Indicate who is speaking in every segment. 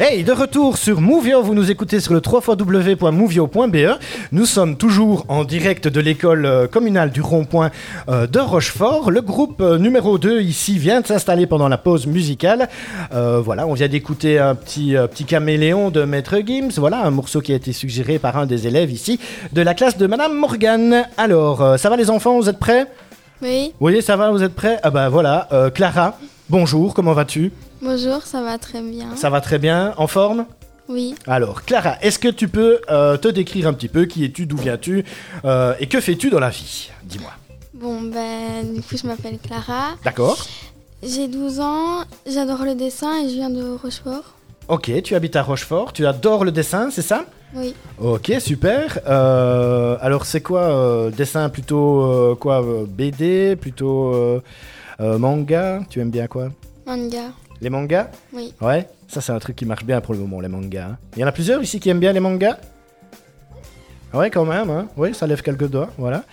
Speaker 1: Hey, de retour sur Mouvio, vous nous écoutez sur le www.mouvio.be. E. Nous sommes toujours en direct de l'école euh, communale du rond-point euh, de Rochefort. Le groupe euh, numéro 2 ici vient de s'installer pendant la pause musicale. Euh, voilà, on vient d'écouter un petit, euh, petit caméléon de Maître Gims. Voilà, un morceau qui a été suggéré par un des élèves ici de la classe de Madame Morgan. Alors, euh, ça va les enfants, vous êtes prêts
Speaker 2: Oui,
Speaker 1: Oui, ça va, vous êtes prêts Ah bah voilà, euh, Clara, bonjour, comment vas-tu
Speaker 2: bonjour, ça va très bien.
Speaker 1: Ça va très bien, en forme
Speaker 2: Oui,
Speaker 1: Alors, Clara, est-ce que tu peux euh, te décrire un petit peu qui es-tu, d'où viens-tu euh, et que fais-tu dans la vie Dis-moi.
Speaker 2: bon ben du coup je m'appelle Clara,
Speaker 1: D'accord
Speaker 2: j'ai 12 ans, j'adore le dessin et je viens de Rochefort.
Speaker 1: Ok, tu habites à Rochefort, tu adores le dessin, c'est ça
Speaker 2: Oui,
Speaker 1: Ok, super. Euh, alors, c'est quoi euh, Dessin plutôt euh, quoi euh, BD, plutôt euh, euh, manga Tu aimes bien quoi
Speaker 2: manga,
Speaker 1: Les mangas
Speaker 2: oui.
Speaker 1: Ouais, ça c'est un truc qui marche bien pour le moment, les mangas. hein. Il y en a plusieurs ici qui aiment bien les mangas Ouais, quand même, hein. oui, ça lève quelques doigts, voilà.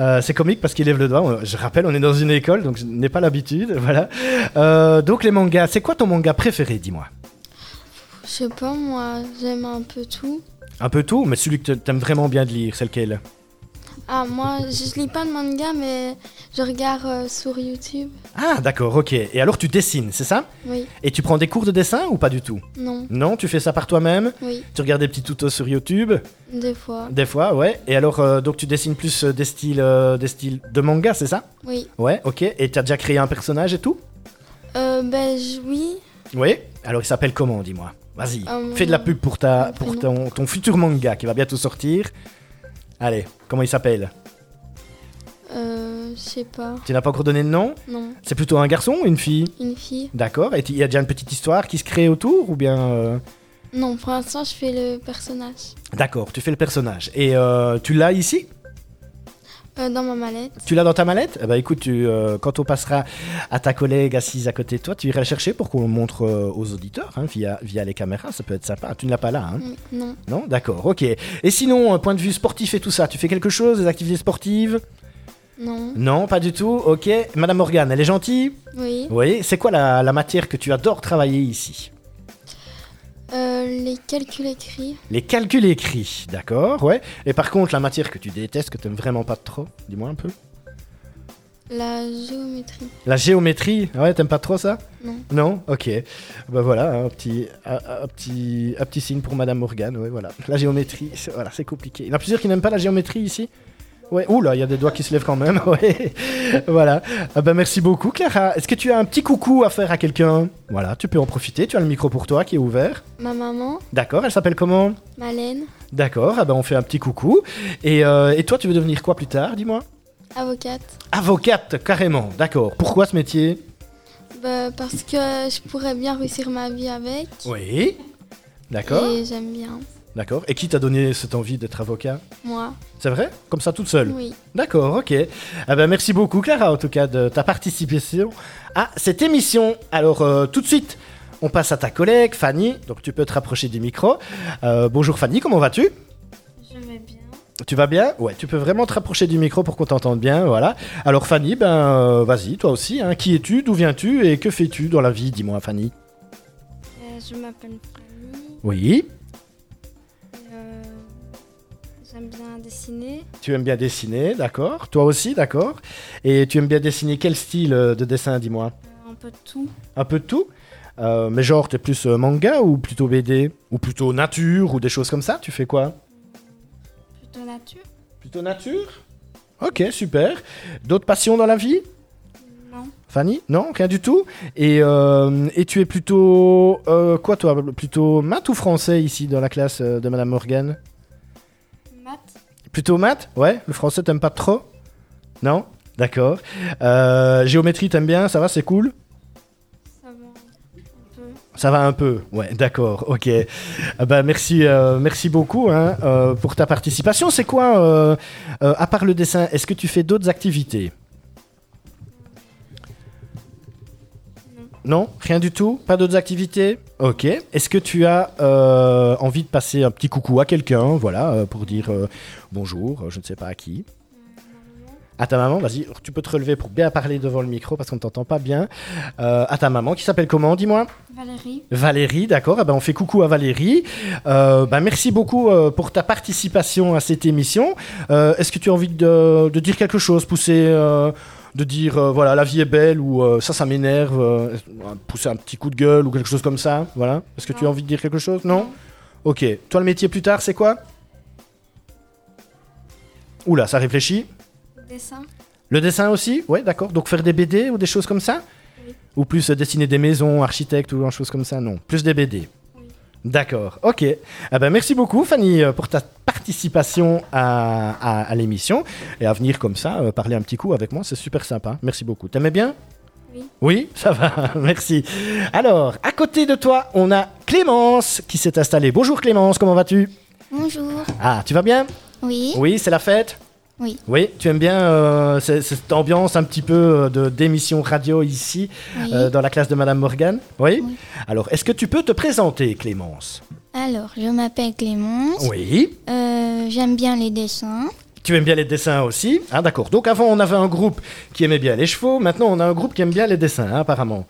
Speaker 1: Euh, c'est comique parce qu'il lève le doigt. On- Je rappelle, on est dans une école, donc je n'ai pas l'habitude, voilà. Euh, donc les mangas, c'est quoi ton manga préféré, dis-moi
Speaker 2: Je sais pas moi, j'aime un peu tout.
Speaker 1: Un peu tout, mais celui que t- t'aimes vraiment bien de lire, c'est lequel
Speaker 2: Ah moi je, je lis pas de manga mais je regarde euh, sur YouTube.
Speaker 1: Ah, d'accord, ok. Et alors tu dessines, c'est ça
Speaker 2: Oui,
Speaker 1: Et tu prends des cours de dessin ou pas du tout
Speaker 2: non,
Speaker 1: Non, tu fais ça par toi-même
Speaker 2: oui,
Speaker 1: Tu regardes des petits tutos sur YouTube
Speaker 2: des fois,
Speaker 1: Des fois, ouais. Et alors, euh, donc tu dessines plus euh, des styles, euh, des styles de manga, c'est ça
Speaker 2: oui.
Speaker 1: Ouais, ok. Et t'as déjà créé un personnage et tout
Speaker 2: Euh, ben je- oui,
Speaker 1: Oui. Alors, il s'appelle comment, dis-moi Vas-y,
Speaker 2: Euh, mon
Speaker 1: fais de la
Speaker 2: nom.
Speaker 1: pub pour, ta,
Speaker 2: Mon
Speaker 1: pour
Speaker 2: prénom.
Speaker 1: ton, ton futur manga qui va bientôt sortir. Allez, comment il s'appelle
Speaker 2: euh, je sais pas,
Speaker 1: Tu n'as pas encore donné de nom
Speaker 2: non,
Speaker 1: C'est plutôt un garçon ou une fille
Speaker 2: une fille.
Speaker 1: D'accord. Et t- il y a déjà une petite histoire qui se crée autour ou bien... euh,
Speaker 2: Non, pour l'instant je fais le personnage
Speaker 1: D'accord, tu fais le personnage. Et euh, tu l'as ici
Speaker 2: Euh, dans ma mallette.
Speaker 1: Tu l'as dans ta mallette Eh ben, écoute, tu, euh, quand on passera à ta collègue assise à côté de toi, tu iras le chercher pour qu'on le montre euh, aux auditeurs hein, via, via les caméras. Ça peut être sympa. Tu ne l'as pas là, hein
Speaker 2: Mm, Non,
Speaker 1: Non D'accord, ok. Et sinon, euh, point de vue sportif et tout ça, tu fais quelque chose Des activités sportives
Speaker 2: non,
Speaker 1: Non, pas du tout. Ok. Madame Morgane, elle est gentille
Speaker 2: oui.
Speaker 1: Oui. C'est quoi la, la matière que tu adores travailler ici
Speaker 2: Euh, les calculs écrits,
Speaker 1: Les calculs écrits, d'accord, ouais. Et par contre, la matière que tu détestes, que tu n'aimes vraiment pas trop, dis-moi un peu.
Speaker 2: la géométrie.
Speaker 1: La géométrie, ah ouais, t'aimes pas trop ça
Speaker 2: Non.
Speaker 1: Non Ok. Bah voilà, un petit, un, un petit, un petit signe pour Madame Morgane, ouais, voilà. La géométrie, c'est- voilà, c'est compliqué. Il y en a plusieurs qui n'aiment pas la géométrie ici Ouais, ouh là, il y a des doigts qui se lèvent quand même, ouais. voilà. Ah bah merci beaucoup, Clara. Est-ce que tu as un petit coucou à faire à quelqu'un Voilà, tu peux en profiter, tu as le micro pour toi qui est ouvert.
Speaker 2: Ma maman,
Speaker 1: D'accord, elle s'appelle comment
Speaker 2: Malène,
Speaker 1: D'accord, ah bah on fait un petit coucou. Et, euh, et toi, tu veux devenir quoi plus tard, dis-moi
Speaker 2: avocate.
Speaker 1: Avocate, carrément, d'accord. Pourquoi ce métier
Speaker 2: Bah, parce que je pourrais bien réussir ma vie avec.
Speaker 1: Oui. D'accord,
Speaker 2: Et j'aime bien.
Speaker 1: d'accord. Et qui t'a donné cette envie d'être avocat
Speaker 2: Moi,
Speaker 1: C'est vrai Comme ça toute seule
Speaker 2: oui.
Speaker 1: D'accord, ok. Ah ben, merci beaucoup Clara en tout cas de ta participation à cette émission. Alors euh, tout de suite, on passe à ta collègue Fanny, donc tu peux te rapprocher du micro. Euh, bonjour Fanny, comment vas-tu
Speaker 3: Je vais bien.
Speaker 1: Tu vas bien Ouais, tu peux vraiment te rapprocher du micro pour qu'on t'entende bien, voilà. Alors Fanny, ben euh, vas-y, toi aussi, hein. qui es-tu, d'où viens-tu et que fais-tu dans la vie, dis-moi Fanny.
Speaker 3: Euh, je m'appelle Fanny.
Speaker 1: Oui.
Speaker 3: Euh, J'aime bien dessiner.
Speaker 1: Tu aimes bien dessiner, d'accord. Toi aussi, d'accord. Et tu aimes bien dessiner quel style euh, de dessin, dis-moi
Speaker 3: euh, un peu de tout.
Speaker 1: Un peu de tout Euh, Mais genre, t'es plus euh, manga ou plutôt BD Ou plutôt nature ou des choses comme ça Tu fais quoi
Speaker 3: Plutôt nature
Speaker 1: Plutôt nature Ok, super. D'autres passions dans la vie
Speaker 3: Non.
Speaker 1: Fanny Non, rien du tout. Et, euh, et tu es plutôt... euh, quoi toi Plutôt maths ou français ici dans la classe euh, de Madame Morgan
Speaker 3: Maths
Speaker 1: Plutôt maths Ouais, le français t'aimes pas trop Non D'accord. Euh, géométrie t'aimes bien, ça va, c'est cool
Speaker 3: Ça va. Un peu.
Speaker 1: Ça va un peu, ouais, d'accord, ok. Ah bah, merci, euh, merci beaucoup hein, euh, pour ta participation. C'est quoi, euh, euh, à part le dessin, est-ce que tu fais d'autres activités
Speaker 3: Non.
Speaker 1: Non, rien du tout Pas d'autres activités Ok. Est-ce que tu as euh, envie de passer un petit coucou à quelqu'un, voilà, euh, pour dire euh, bonjour, euh, je ne sais pas à qui
Speaker 3: Euh, Maman,
Speaker 1: à ta maman. Vas-y, tu peux te relever pour bien parler devant le micro parce qu'on ne t'entend pas bien. Euh, à ta maman, qui s'appelle comment, dis-moi
Speaker 3: Valérie,
Speaker 1: Valérie, d'accord. Eh ben, on fait coucou à Valérie. Euh, ben, merci beaucoup euh, pour ta participation à cette émission. Euh, Est-ce que tu as envie de, de dire quelque chose, pousser, euh, de dire euh, voilà la vie est belle ou euh, ça, ça m'énerve, euh, pousser un petit coup de gueule ou quelque chose comme ça, voilà. Est-ce que tu as
Speaker 3: Non.
Speaker 1: envie de dire quelque chose Non. Ok. Toi, le métier plus tard, c'est quoi Oula, ça réfléchit.
Speaker 3: dessin,
Speaker 1: Le dessin aussi Ouais, d'accord. Donc faire des BD ou des choses comme ça
Speaker 3: Oui.
Speaker 1: Ou plus euh, dessiner des maisons, architecte ou des choses comme ça Non, plus des BD.
Speaker 3: Oui.
Speaker 1: D'accord, ok. Ah ben, merci beaucoup Fanny euh, pour ta participation à, à- à l'émission et à venir comme ça euh, parler un petit coup avec moi, c'est super sympa. Merci beaucoup. T'aimais bien
Speaker 3: Oui.
Speaker 1: Oui, ça va, merci. Alors, à côté de toi, on a Clémence qui s'est installée. Bonjour Clémence, comment vas-tu
Speaker 2: Bonjour.
Speaker 1: Ah, tu vas bien
Speaker 2: Oui.
Speaker 1: oui, c'est la fête
Speaker 2: Oui.
Speaker 1: Oui, tu aimes bien euh, ce- cette ambiance un petit peu euh, de d'émission radio ici,
Speaker 2: Oui.
Speaker 1: euh, dans la classe de Madame Morgan Oui. Alors, est-ce que tu peux te présenter, Clémence
Speaker 2: Alors, je m'appelle Clémence.
Speaker 1: Oui.
Speaker 2: Euh, J'aime bien les dessins.
Speaker 1: Tu aimes bien les dessins aussi Ah, d'accord. Donc, avant, on avait un groupe qui aimait bien les chevaux. Maintenant, on a un groupe qui aime bien les dessins, hein, apparemment.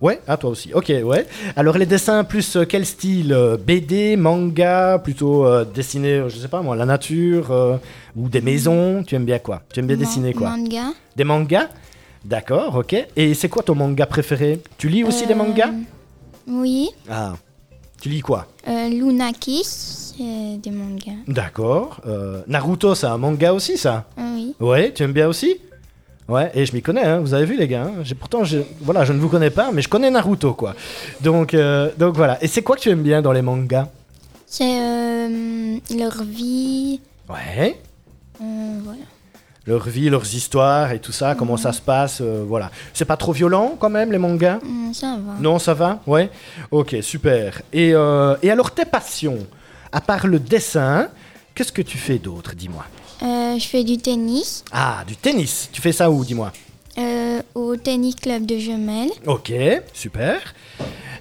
Speaker 1: Ouais, ah, toi aussi. Ok, ouais. Alors, les dessins, plus euh, quel style Euh, BD, manga, plutôt euh, dessiner, euh, je sais pas moi, la nature euh, ou des maisons Tu aimes bien quoi Tu aimes bien
Speaker 2: Man-
Speaker 1: dessiner quoi
Speaker 2: Manga.
Speaker 1: Des mangas D'accord, ok. Et c'est quoi ton manga préféré Tu lis aussi des
Speaker 2: Euh,
Speaker 1: mangas
Speaker 2: Oui.
Speaker 1: Ah. Tu lis quoi
Speaker 2: Euh, Lunakis, c'est des mangas.
Speaker 1: D'accord. euh, Naruto, c'est un manga aussi, ça
Speaker 2: Ah oui.
Speaker 1: Ouais, tu aimes bien aussi Ouais, et je m'y connais, hein, vous avez vu les gars. hein. J'ai pourtant, je, voilà, je ne vous connais pas, mais je connais Naruto, quoi. Donc, euh, donc voilà. Et c'est quoi que tu aimes bien dans les mangas
Speaker 2: C'est euh, leur vie.
Speaker 1: Ouais.
Speaker 2: euh, voilà.
Speaker 1: Leur vie, leurs histoires et tout ça, comment ça se passe, euh, voilà. C'est pas trop violent quand même les mangas
Speaker 2: Hum, ça va.
Speaker 1: Non, ça va Ouais Ok, super. Et, euh, et alors, tes passions À part le dessin, qu'est-ce que tu fais d'autre, dis-moi
Speaker 2: Euh, je fais du tennis
Speaker 1: Ah, du tennis Tu fais ça où, dis-moi
Speaker 2: euh, au tennis club de Jemel.
Speaker 1: Ok, super.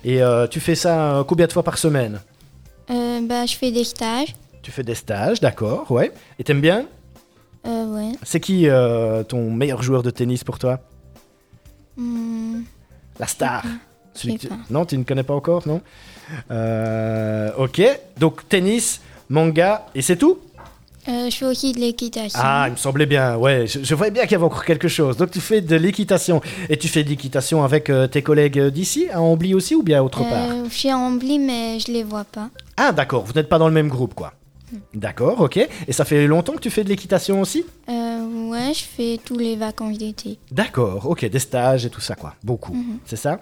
Speaker 1: Et euh, tu fais ça euh, combien de fois par semaine
Speaker 2: Euh, bah, je fais des stages.
Speaker 1: Tu fais des stages, d'accord, ouais. Et t'aimes bien
Speaker 2: Euh, ouais.
Speaker 1: C'est qui euh, ton meilleur joueur de tennis pour toi
Speaker 2: Hum,
Speaker 1: La star Celui
Speaker 2: je
Speaker 1: que
Speaker 2: sais
Speaker 1: tu-
Speaker 2: pas.
Speaker 1: Non, tu ne connais pas encore, non Euh, Ok, donc tennis, manga, et c'est tout
Speaker 2: euh, je fais aussi de l'équitation.
Speaker 1: Ah, il me semblait bien, ouais. Je, je voyais bien qu'il y avait encore quelque chose. Donc tu fais de l'équitation. Et tu fais de l'équitation avec euh, tes collègues euh, d'ici, à Ambly aussi ou bien autre part
Speaker 2: Euh, je suis en Ambly, mais je les vois pas.
Speaker 1: Ah, d'accord, vous n'êtes pas dans le même groupe, quoi. D'accord, ok. Et ça fait longtemps que tu fais de l'équitation aussi
Speaker 2: Euh, ouais, je fais tous les vacances d'été.
Speaker 1: D'accord, ok, des stages et tout ça, quoi. Beaucoup, c'est ça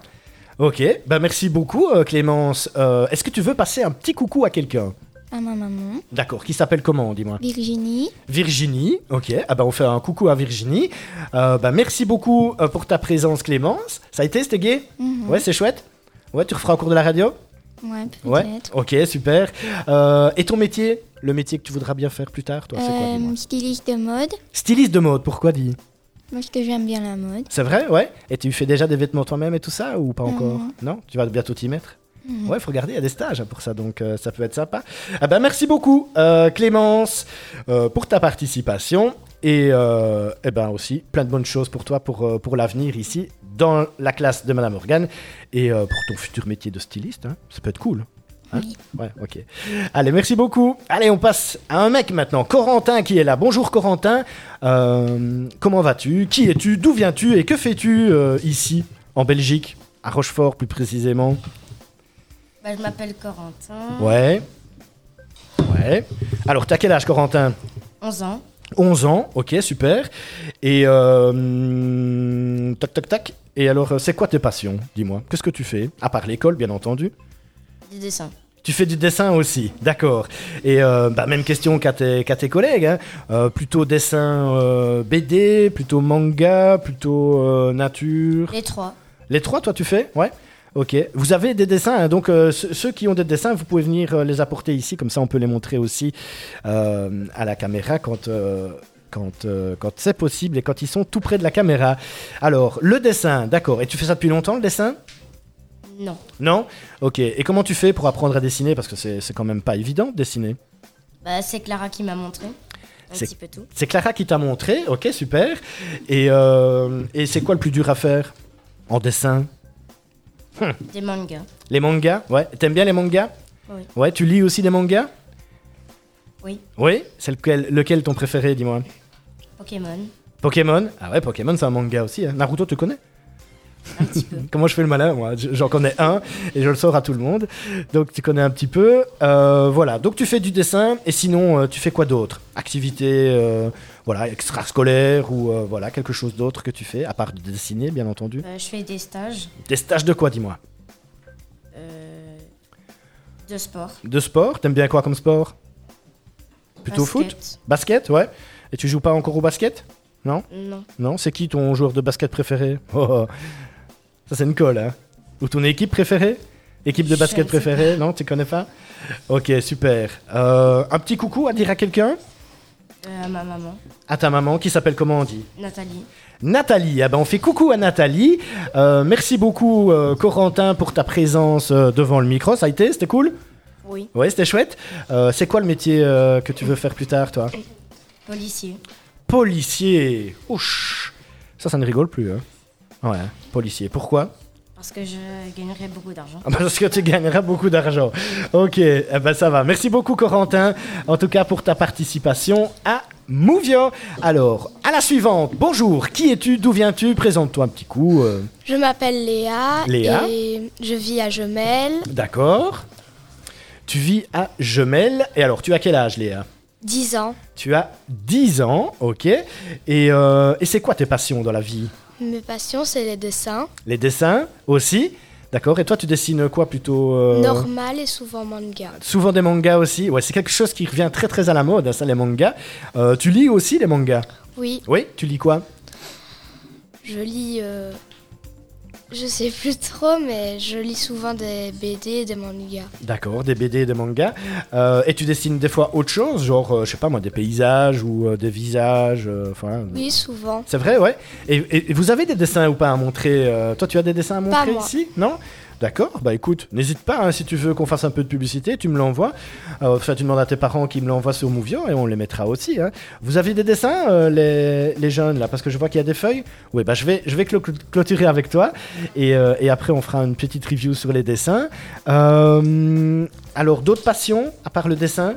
Speaker 1: Ok, bah merci beaucoup euh, Clémence. Euh, Est-ce que tu veux passer un petit coucou à quelqu'un
Speaker 2: À ma maman,
Speaker 1: D'accord, qui s'appelle comment, dis-moi
Speaker 2: Virginie.
Speaker 1: Virginie, ok. Ah bah on fait un coucou à Virginie. Euh, bah merci beaucoup euh, pour ta présence Clémence. Ça a été, c'était gay
Speaker 2: Mhm.
Speaker 1: Ouais, c'est chouette. Ouais, tu referas au cours de la radio
Speaker 2: Ouais, peut-être.
Speaker 1: Ouais. Ok, super. Euh, et ton métier Le métier que tu voudras bien faire plus tard, toi, Bah, c'est quoi
Speaker 2: Euh,
Speaker 1: dis-moi
Speaker 2: styliste de mode,
Speaker 1: Styliste de mode, pourquoi dis
Speaker 2: parce que j'aime bien la mode.
Speaker 1: C'est vrai, ouais. Et tu fais déjà des vêtements toi-même et tout ça ou pas encore
Speaker 2: Mhm.
Speaker 1: Non Tu vas bientôt t'y mettre
Speaker 2: Mhm.
Speaker 1: Ouais, faut regarder, il y a des stages hein, pour ça, donc euh, ça peut être sympa. Ah ben, merci beaucoup, euh, Clémence, euh, pour ta participation. Et, euh, eh ben aussi, plein de bonnes choses pour toi, pour, euh, pour l'avenir ici, dans la classe de Madame Morgane, et euh, pour ton futur métier de styliste. hein. ça peut être cool. hein. ouais, ok. Allez, merci beaucoup. Allez, on passe à un mec maintenant, Corentin qui est là. Bonjour Corentin, Euh, comment vas-tu Qui es-tu D'où viens-tu Et que fais-tu euh, ici, en Belgique À Rochefort plus précisément
Speaker 4: Bah, je m'appelle Corentin,
Speaker 1: Ouais. Ouais. Alors, t'as quel âge, Corentin
Speaker 4: 11 ans.
Speaker 1: 11 ans, ok, super. Et. euh, hum, tac, tac, tac. Et alors, euh, c'est quoi tes passions Dis-moi. Qu'est-ce que tu fais À part l'école, bien entendu.
Speaker 4: Du dessin.
Speaker 1: Tu fais du dessin aussi, d'accord. Et euh, bah, même question qu'à tes, qu'à tes collègues. hein. Euh, plutôt dessin euh, BD, plutôt manga, plutôt euh, nature.
Speaker 4: Les trois.
Speaker 1: Les trois, toi, tu fais Ouais. Ok. Vous avez des dessins, hein, donc euh, ceux ceux qui ont des dessins, vous pouvez venir euh, les apporter ici, comme ça on peut les montrer aussi euh, à la caméra quand, euh, quand, euh, quand c'est possible et quand ils sont tout près de la caméra. Alors, le dessin, d'accord. Et tu fais ça depuis longtemps, le dessin
Speaker 4: Non.
Speaker 1: Non Ok. Et comment tu fais pour apprendre à dessiner Parce que c'est c'est quand même pas évident de dessiner.
Speaker 4: Bah, c'est Clara qui m'a montré. un
Speaker 1: C'est-
Speaker 4: petit peu tout.
Speaker 1: C'est Clara qui t'a montré, ok, super. Et, euh, et c'est quoi le plus dur à faire En dessin
Speaker 4: Des mangas.
Speaker 1: Les mangas Ouais. T'aimes bien les mangas
Speaker 4: Oui.
Speaker 1: Ouais, tu lis aussi des mangas
Speaker 4: Oui.
Speaker 1: Oui C'est lequel, lequel ton préféré, dis-moi
Speaker 4: Pokémon.
Speaker 1: Pokémon Ah ouais, Pokémon, c'est un manga aussi. hein. Naruto, tu connais
Speaker 4: Un petit peu.
Speaker 1: Comment je fais le malin, moi Je- J'en connais un et je le sors à tout le monde. Donc tu connais un petit peu. Euh, voilà, donc tu fais du dessin et sinon euh, tu fais quoi d'autre Activité euh, voilà, extrascolaire ou euh, voilà, quelque chose d'autre que tu fais, à part de dessiner bien entendu.
Speaker 4: Euh, je fais des stages
Speaker 1: Des stages de quoi, dis-moi
Speaker 4: euh, de sport.
Speaker 1: De sport T'aimes bien quoi comme sport Plutôt foot
Speaker 4: Basket.
Speaker 1: Basket, ouais. Et tu joues pas encore au basket Non
Speaker 4: Non.
Speaker 1: Non C'est qui ton joueur de basket préféré Oh, oh. Ça, c'est une colle, hein Ou ton équipe préférée Équipe de
Speaker 4: Je
Speaker 1: basket
Speaker 4: ne sais pas.
Speaker 1: préférée Non, tu connais pas Ok, super. Euh, un petit coucou à dire à quelqu'un
Speaker 4: Euh, à ma maman,
Speaker 1: À ta maman, qui s'appelle comment on dit
Speaker 4: Nathalie.
Speaker 1: Nathalie, ah ben on fait coucou à Nathalie. Euh, merci beaucoup euh, Corentin pour ta présence euh, devant le micro. Ça a été, c'était cool
Speaker 4: Oui.
Speaker 1: Ouais, c'était chouette. Euh, c'est quoi le métier euh, que tu veux faire plus tard, toi
Speaker 4: Policier.
Speaker 1: Policier. Ouch. Ça, ça ne rigole plus. Hein. Ouais, policier. Pourquoi
Speaker 4: Parce que je gagnerais beaucoup d'argent.
Speaker 1: Ah, Parce que tu gagneras beaucoup d'argent. Ok, eh ben ça va. Merci beaucoup, Corentin, en tout cas pour ta participation à Mouvio. Alors, à la suivante. Bonjour, qui es-tu D'où viens-tu Présente-toi un petit coup. euh.
Speaker 2: Je m'appelle Léa,
Speaker 1: Léa.
Speaker 2: et je vis à Gemelle,
Speaker 1: D'accord. Tu vis à Gemelle. Et alors, tu as quel âge, Léa
Speaker 2: 10 ans.
Speaker 1: Tu as 10 ans, ok. Et, euh, et c'est quoi tes passions dans la vie
Speaker 2: Mes passions, c'est les dessins,
Speaker 1: Les dessins aussi D'accord. Et toi, tu dessines quoi plutôt euh,
Speaker 2: normal et souvent manga.
Speaker 1: Souvent des mangas aussi. Ouais, c'est quelque chose qui revient très très à la mode, hein, ça, les mangas. Euh, tu lis aussi les mangas
Speaker 2: Oui,
Speaker 1: Oui. Tu lis quoi
Speaker 2: je lis. euh, je sais plus trop, mais je lis souvent des BD et des mangas.
Speaker 1: D'accord, des BD, des mangas. Euh, et tu dessines des fois autre chose, genre, euh, je sais pas moi, des paysages ou euh, des visages. euh, Enfin.
Speaker 2: Oui, souvent.
Speaker 1: C'est vrai, ouais. Et, et- et vous avez des dessins ou pas à montrer euh, Toi, tu as des dessins à montrer
Speaker 2: moi.
Speaker 1: ici Non D'accord, bah écoute, n'hésite pas, hein, si tu veux qu'on fasse un peu de publicité, tu me l'envoies. Euh, Enfin, tu demandes à tes parents qu'ils me l'envoient sur Mouvio et on les mettra aussi. hein. Vous avez des dessins, euh, les, les jeunes, là Parce que je vois qu'il y a des feuilles. Oui, bah je vais, je vais clo- clôturer avec toi et, euh, et après on fera une petite review sur les dessins. Euh, alors, d'autres passions, à part le dessin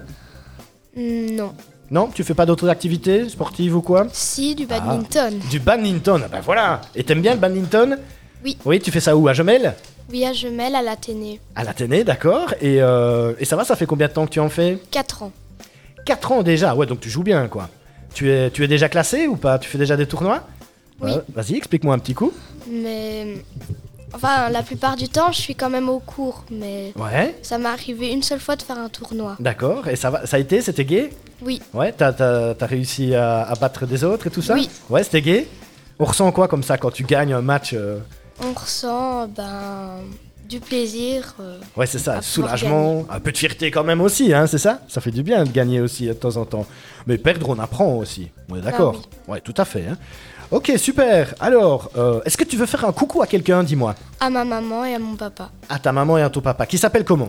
Speaker 2: Non.
Speaker 1: Non Tu fais pas d'autres activités sportives ou quoi
Speaker 2: Si,
Speaker 1: Ah.
Speaker 2: du badminton.
Speaker 1: du badminton, ah bah voilà Et t'aimes bien le badminton
Speaker 2: Oui.
Speaker 1: Oui, tu fais ça où À Jemel
Speaker 2: Oui, à Gemelle, à l'Athénée.
Speaker 1: À l'Athénée, d'accord. Et, euh, et ça va, ça fait combien de temps que tu en fais
Speaker 2: 4 ans.
Speaker 1: 4 ans déjà, ouais, donc tu joues bien, quoi. Tu es, tu es déjà classé ou pas Tu fais déjà des tournois
Speaker 2: Oui.
Speaker 1: Ouais, Vas-y, explique-moi un petit coup.
Speaker 2: Mais. Enfin, la plupart du temps, je suis quand même au cours, mais.
Speaker 1: Ouais.
Speaker 2: Ça m'est arrivé une seule fois de faire un tournoi.
Speaker 1: D'accord, et ça, va, ça a été, c'était gay
Speaker 2: Oui,
Speaker 1: Ouais, t'as as, réussi à, à battre des autres et tout ça
Speaker 2: Oui.
Speaker 1: Ouais, c'était gay On ressent quoi comme ça quand tu gagnes un match euh,
Speaker 2: on ressent ben, du plaisir. euh,
Speaker 1: Ouais, c'est ça,
Speaker 2: À pouvoir
Speaker 1: soulagement, un peu de fierté quand même aussi, hein, c'est ça Ça fait du bien de gagner aussi hein, de temps en temps. Mais perdre, on apprend aussi. On est d'accord
Speaker 2: Ah
Speaker 1: Ouais, tout à fait. hein. Ok, super. Alors, euh, est-ce que tu veux faire un coucou à quelqu'un, dis-moi
Speaker 2: à ma maman et à mon papa.
Speaker 1: À ta maman et à ton papa, qui s'appelle comment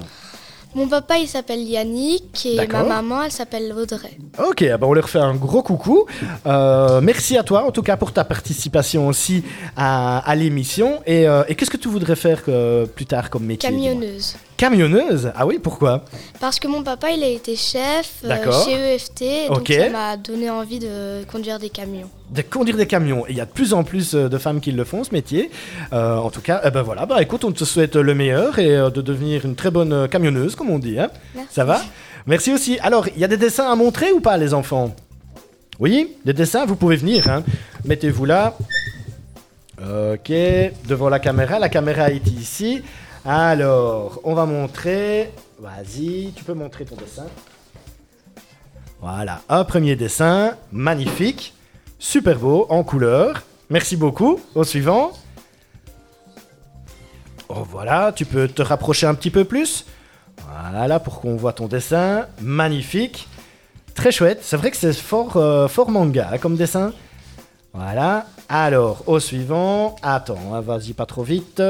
Speaker 2: Mon papa, il s'appelle Yannick et ma
Speaker 1: D'accord.
Speaker 2: maman, elle s'appelle Audrey.
Speaker 1: Ok, ah bah on leur fait un gros coucou. Euh, merci à toi, en tout cas, pour ta participation aussi à, à l'émission. Et, euh, et qu'est-ce que tu voudrais faire euh, plus tard comme métier dis-moi
Speaker 2: Camionneuse.
Speaker 1: Camionneuse Ah oui, pourquoi
Speaker 2: Parce que mon papa, il a été chef euh,
Speaker 1: D'accord.
Speaker 2: chez EFT, et donc
Speaker 1: Ok.
Speaker 2: ça m'a donné envie de conduire des camions.
Speaker 1: de conduire des camions. Et il y a de plus en plus euh, de femmes qui le font, ce métier. Euh, en tout cas, eh ben voilà, bah écoute, on te souhaite le meilleur et euh, de devenir une très bonne euh, camionneuse, comme on dit. hein.
Speaker 2: Merci.
Speaker 1: Ça va Merci aussi. Alors, il y a des dessins à montrer ou pas, les enfants Oui, des dessins, vous pouvez venir. hein. Mettez-vous là. Ok, devant la caméra. La caméra est ici. Alors, on va montrer. Vas-y, tu peux montrer ton dessin. Voilà, un premier dessin, magnifique, super beau, en couleur. Merci beaucoup. Au suivant. Oh voilà, tu peux te rapprocher un petit peu plus. Voilà, pour qu'on voit ton dessin. Magnifique. Très chouette. C'est vrai que c'est fort, euh, fort manga hein, comme dessin. Voilà. Alors, au suivant. Attends, hein, vas-y pas trop vite.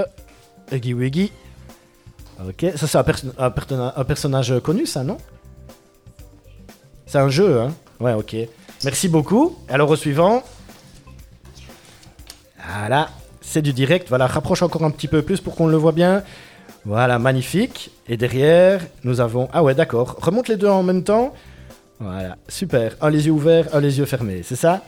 Speaker 1: Eggy Wiggy. Ok, ça c'est un, perso- un pertena- un personnage connu, ça, non C'est un jeu, hein Ouais, ok. Merci beaucoup. Alors au suivant. Voilà, c'est du direct. Voilà, rapproche encore un petit peu plus pour qu'on le voit bien. Voilà, magnifique. Et derrière, nous avons... Ah ouais, d'accord. Remonte les deux en même temps. Voilà, super. Un les yeux ouverts, un les yeux fermés, c'est ça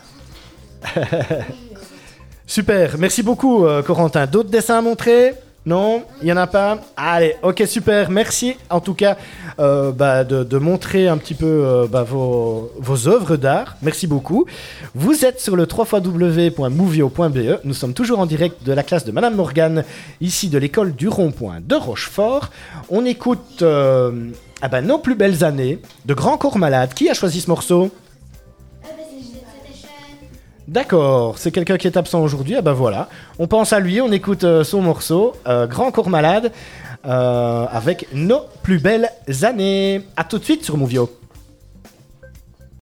Speaker 1: Super, merci beaucoup euh, Corentin. D'autres dessins à montrer non, il n'y en a pas. Allez, ok, super. Merci en tout cas euh, bah, de, de montrer un petit peu euh, bah, vos, vos œuvres d'art. Merci beaucoup. Vous êtes sur le 3xw.movio.be. Nous sommes toujours en direct de la classe de Madame Morgane, ici de l'école du Rond-Point de Rochefort. On écoute euh, ah bah, Nos plus belles années de Grand Corps Malade. Qui a choisi ce morceau D'accord, c'est quelqu'un qui est absent aujourd'hui, ah bah voilà. On pense à lui, on écoute euh, son morceau, euh, Grand Corps Malade, euh, avec nos plus belles années. A tout de suite sur Mouvio.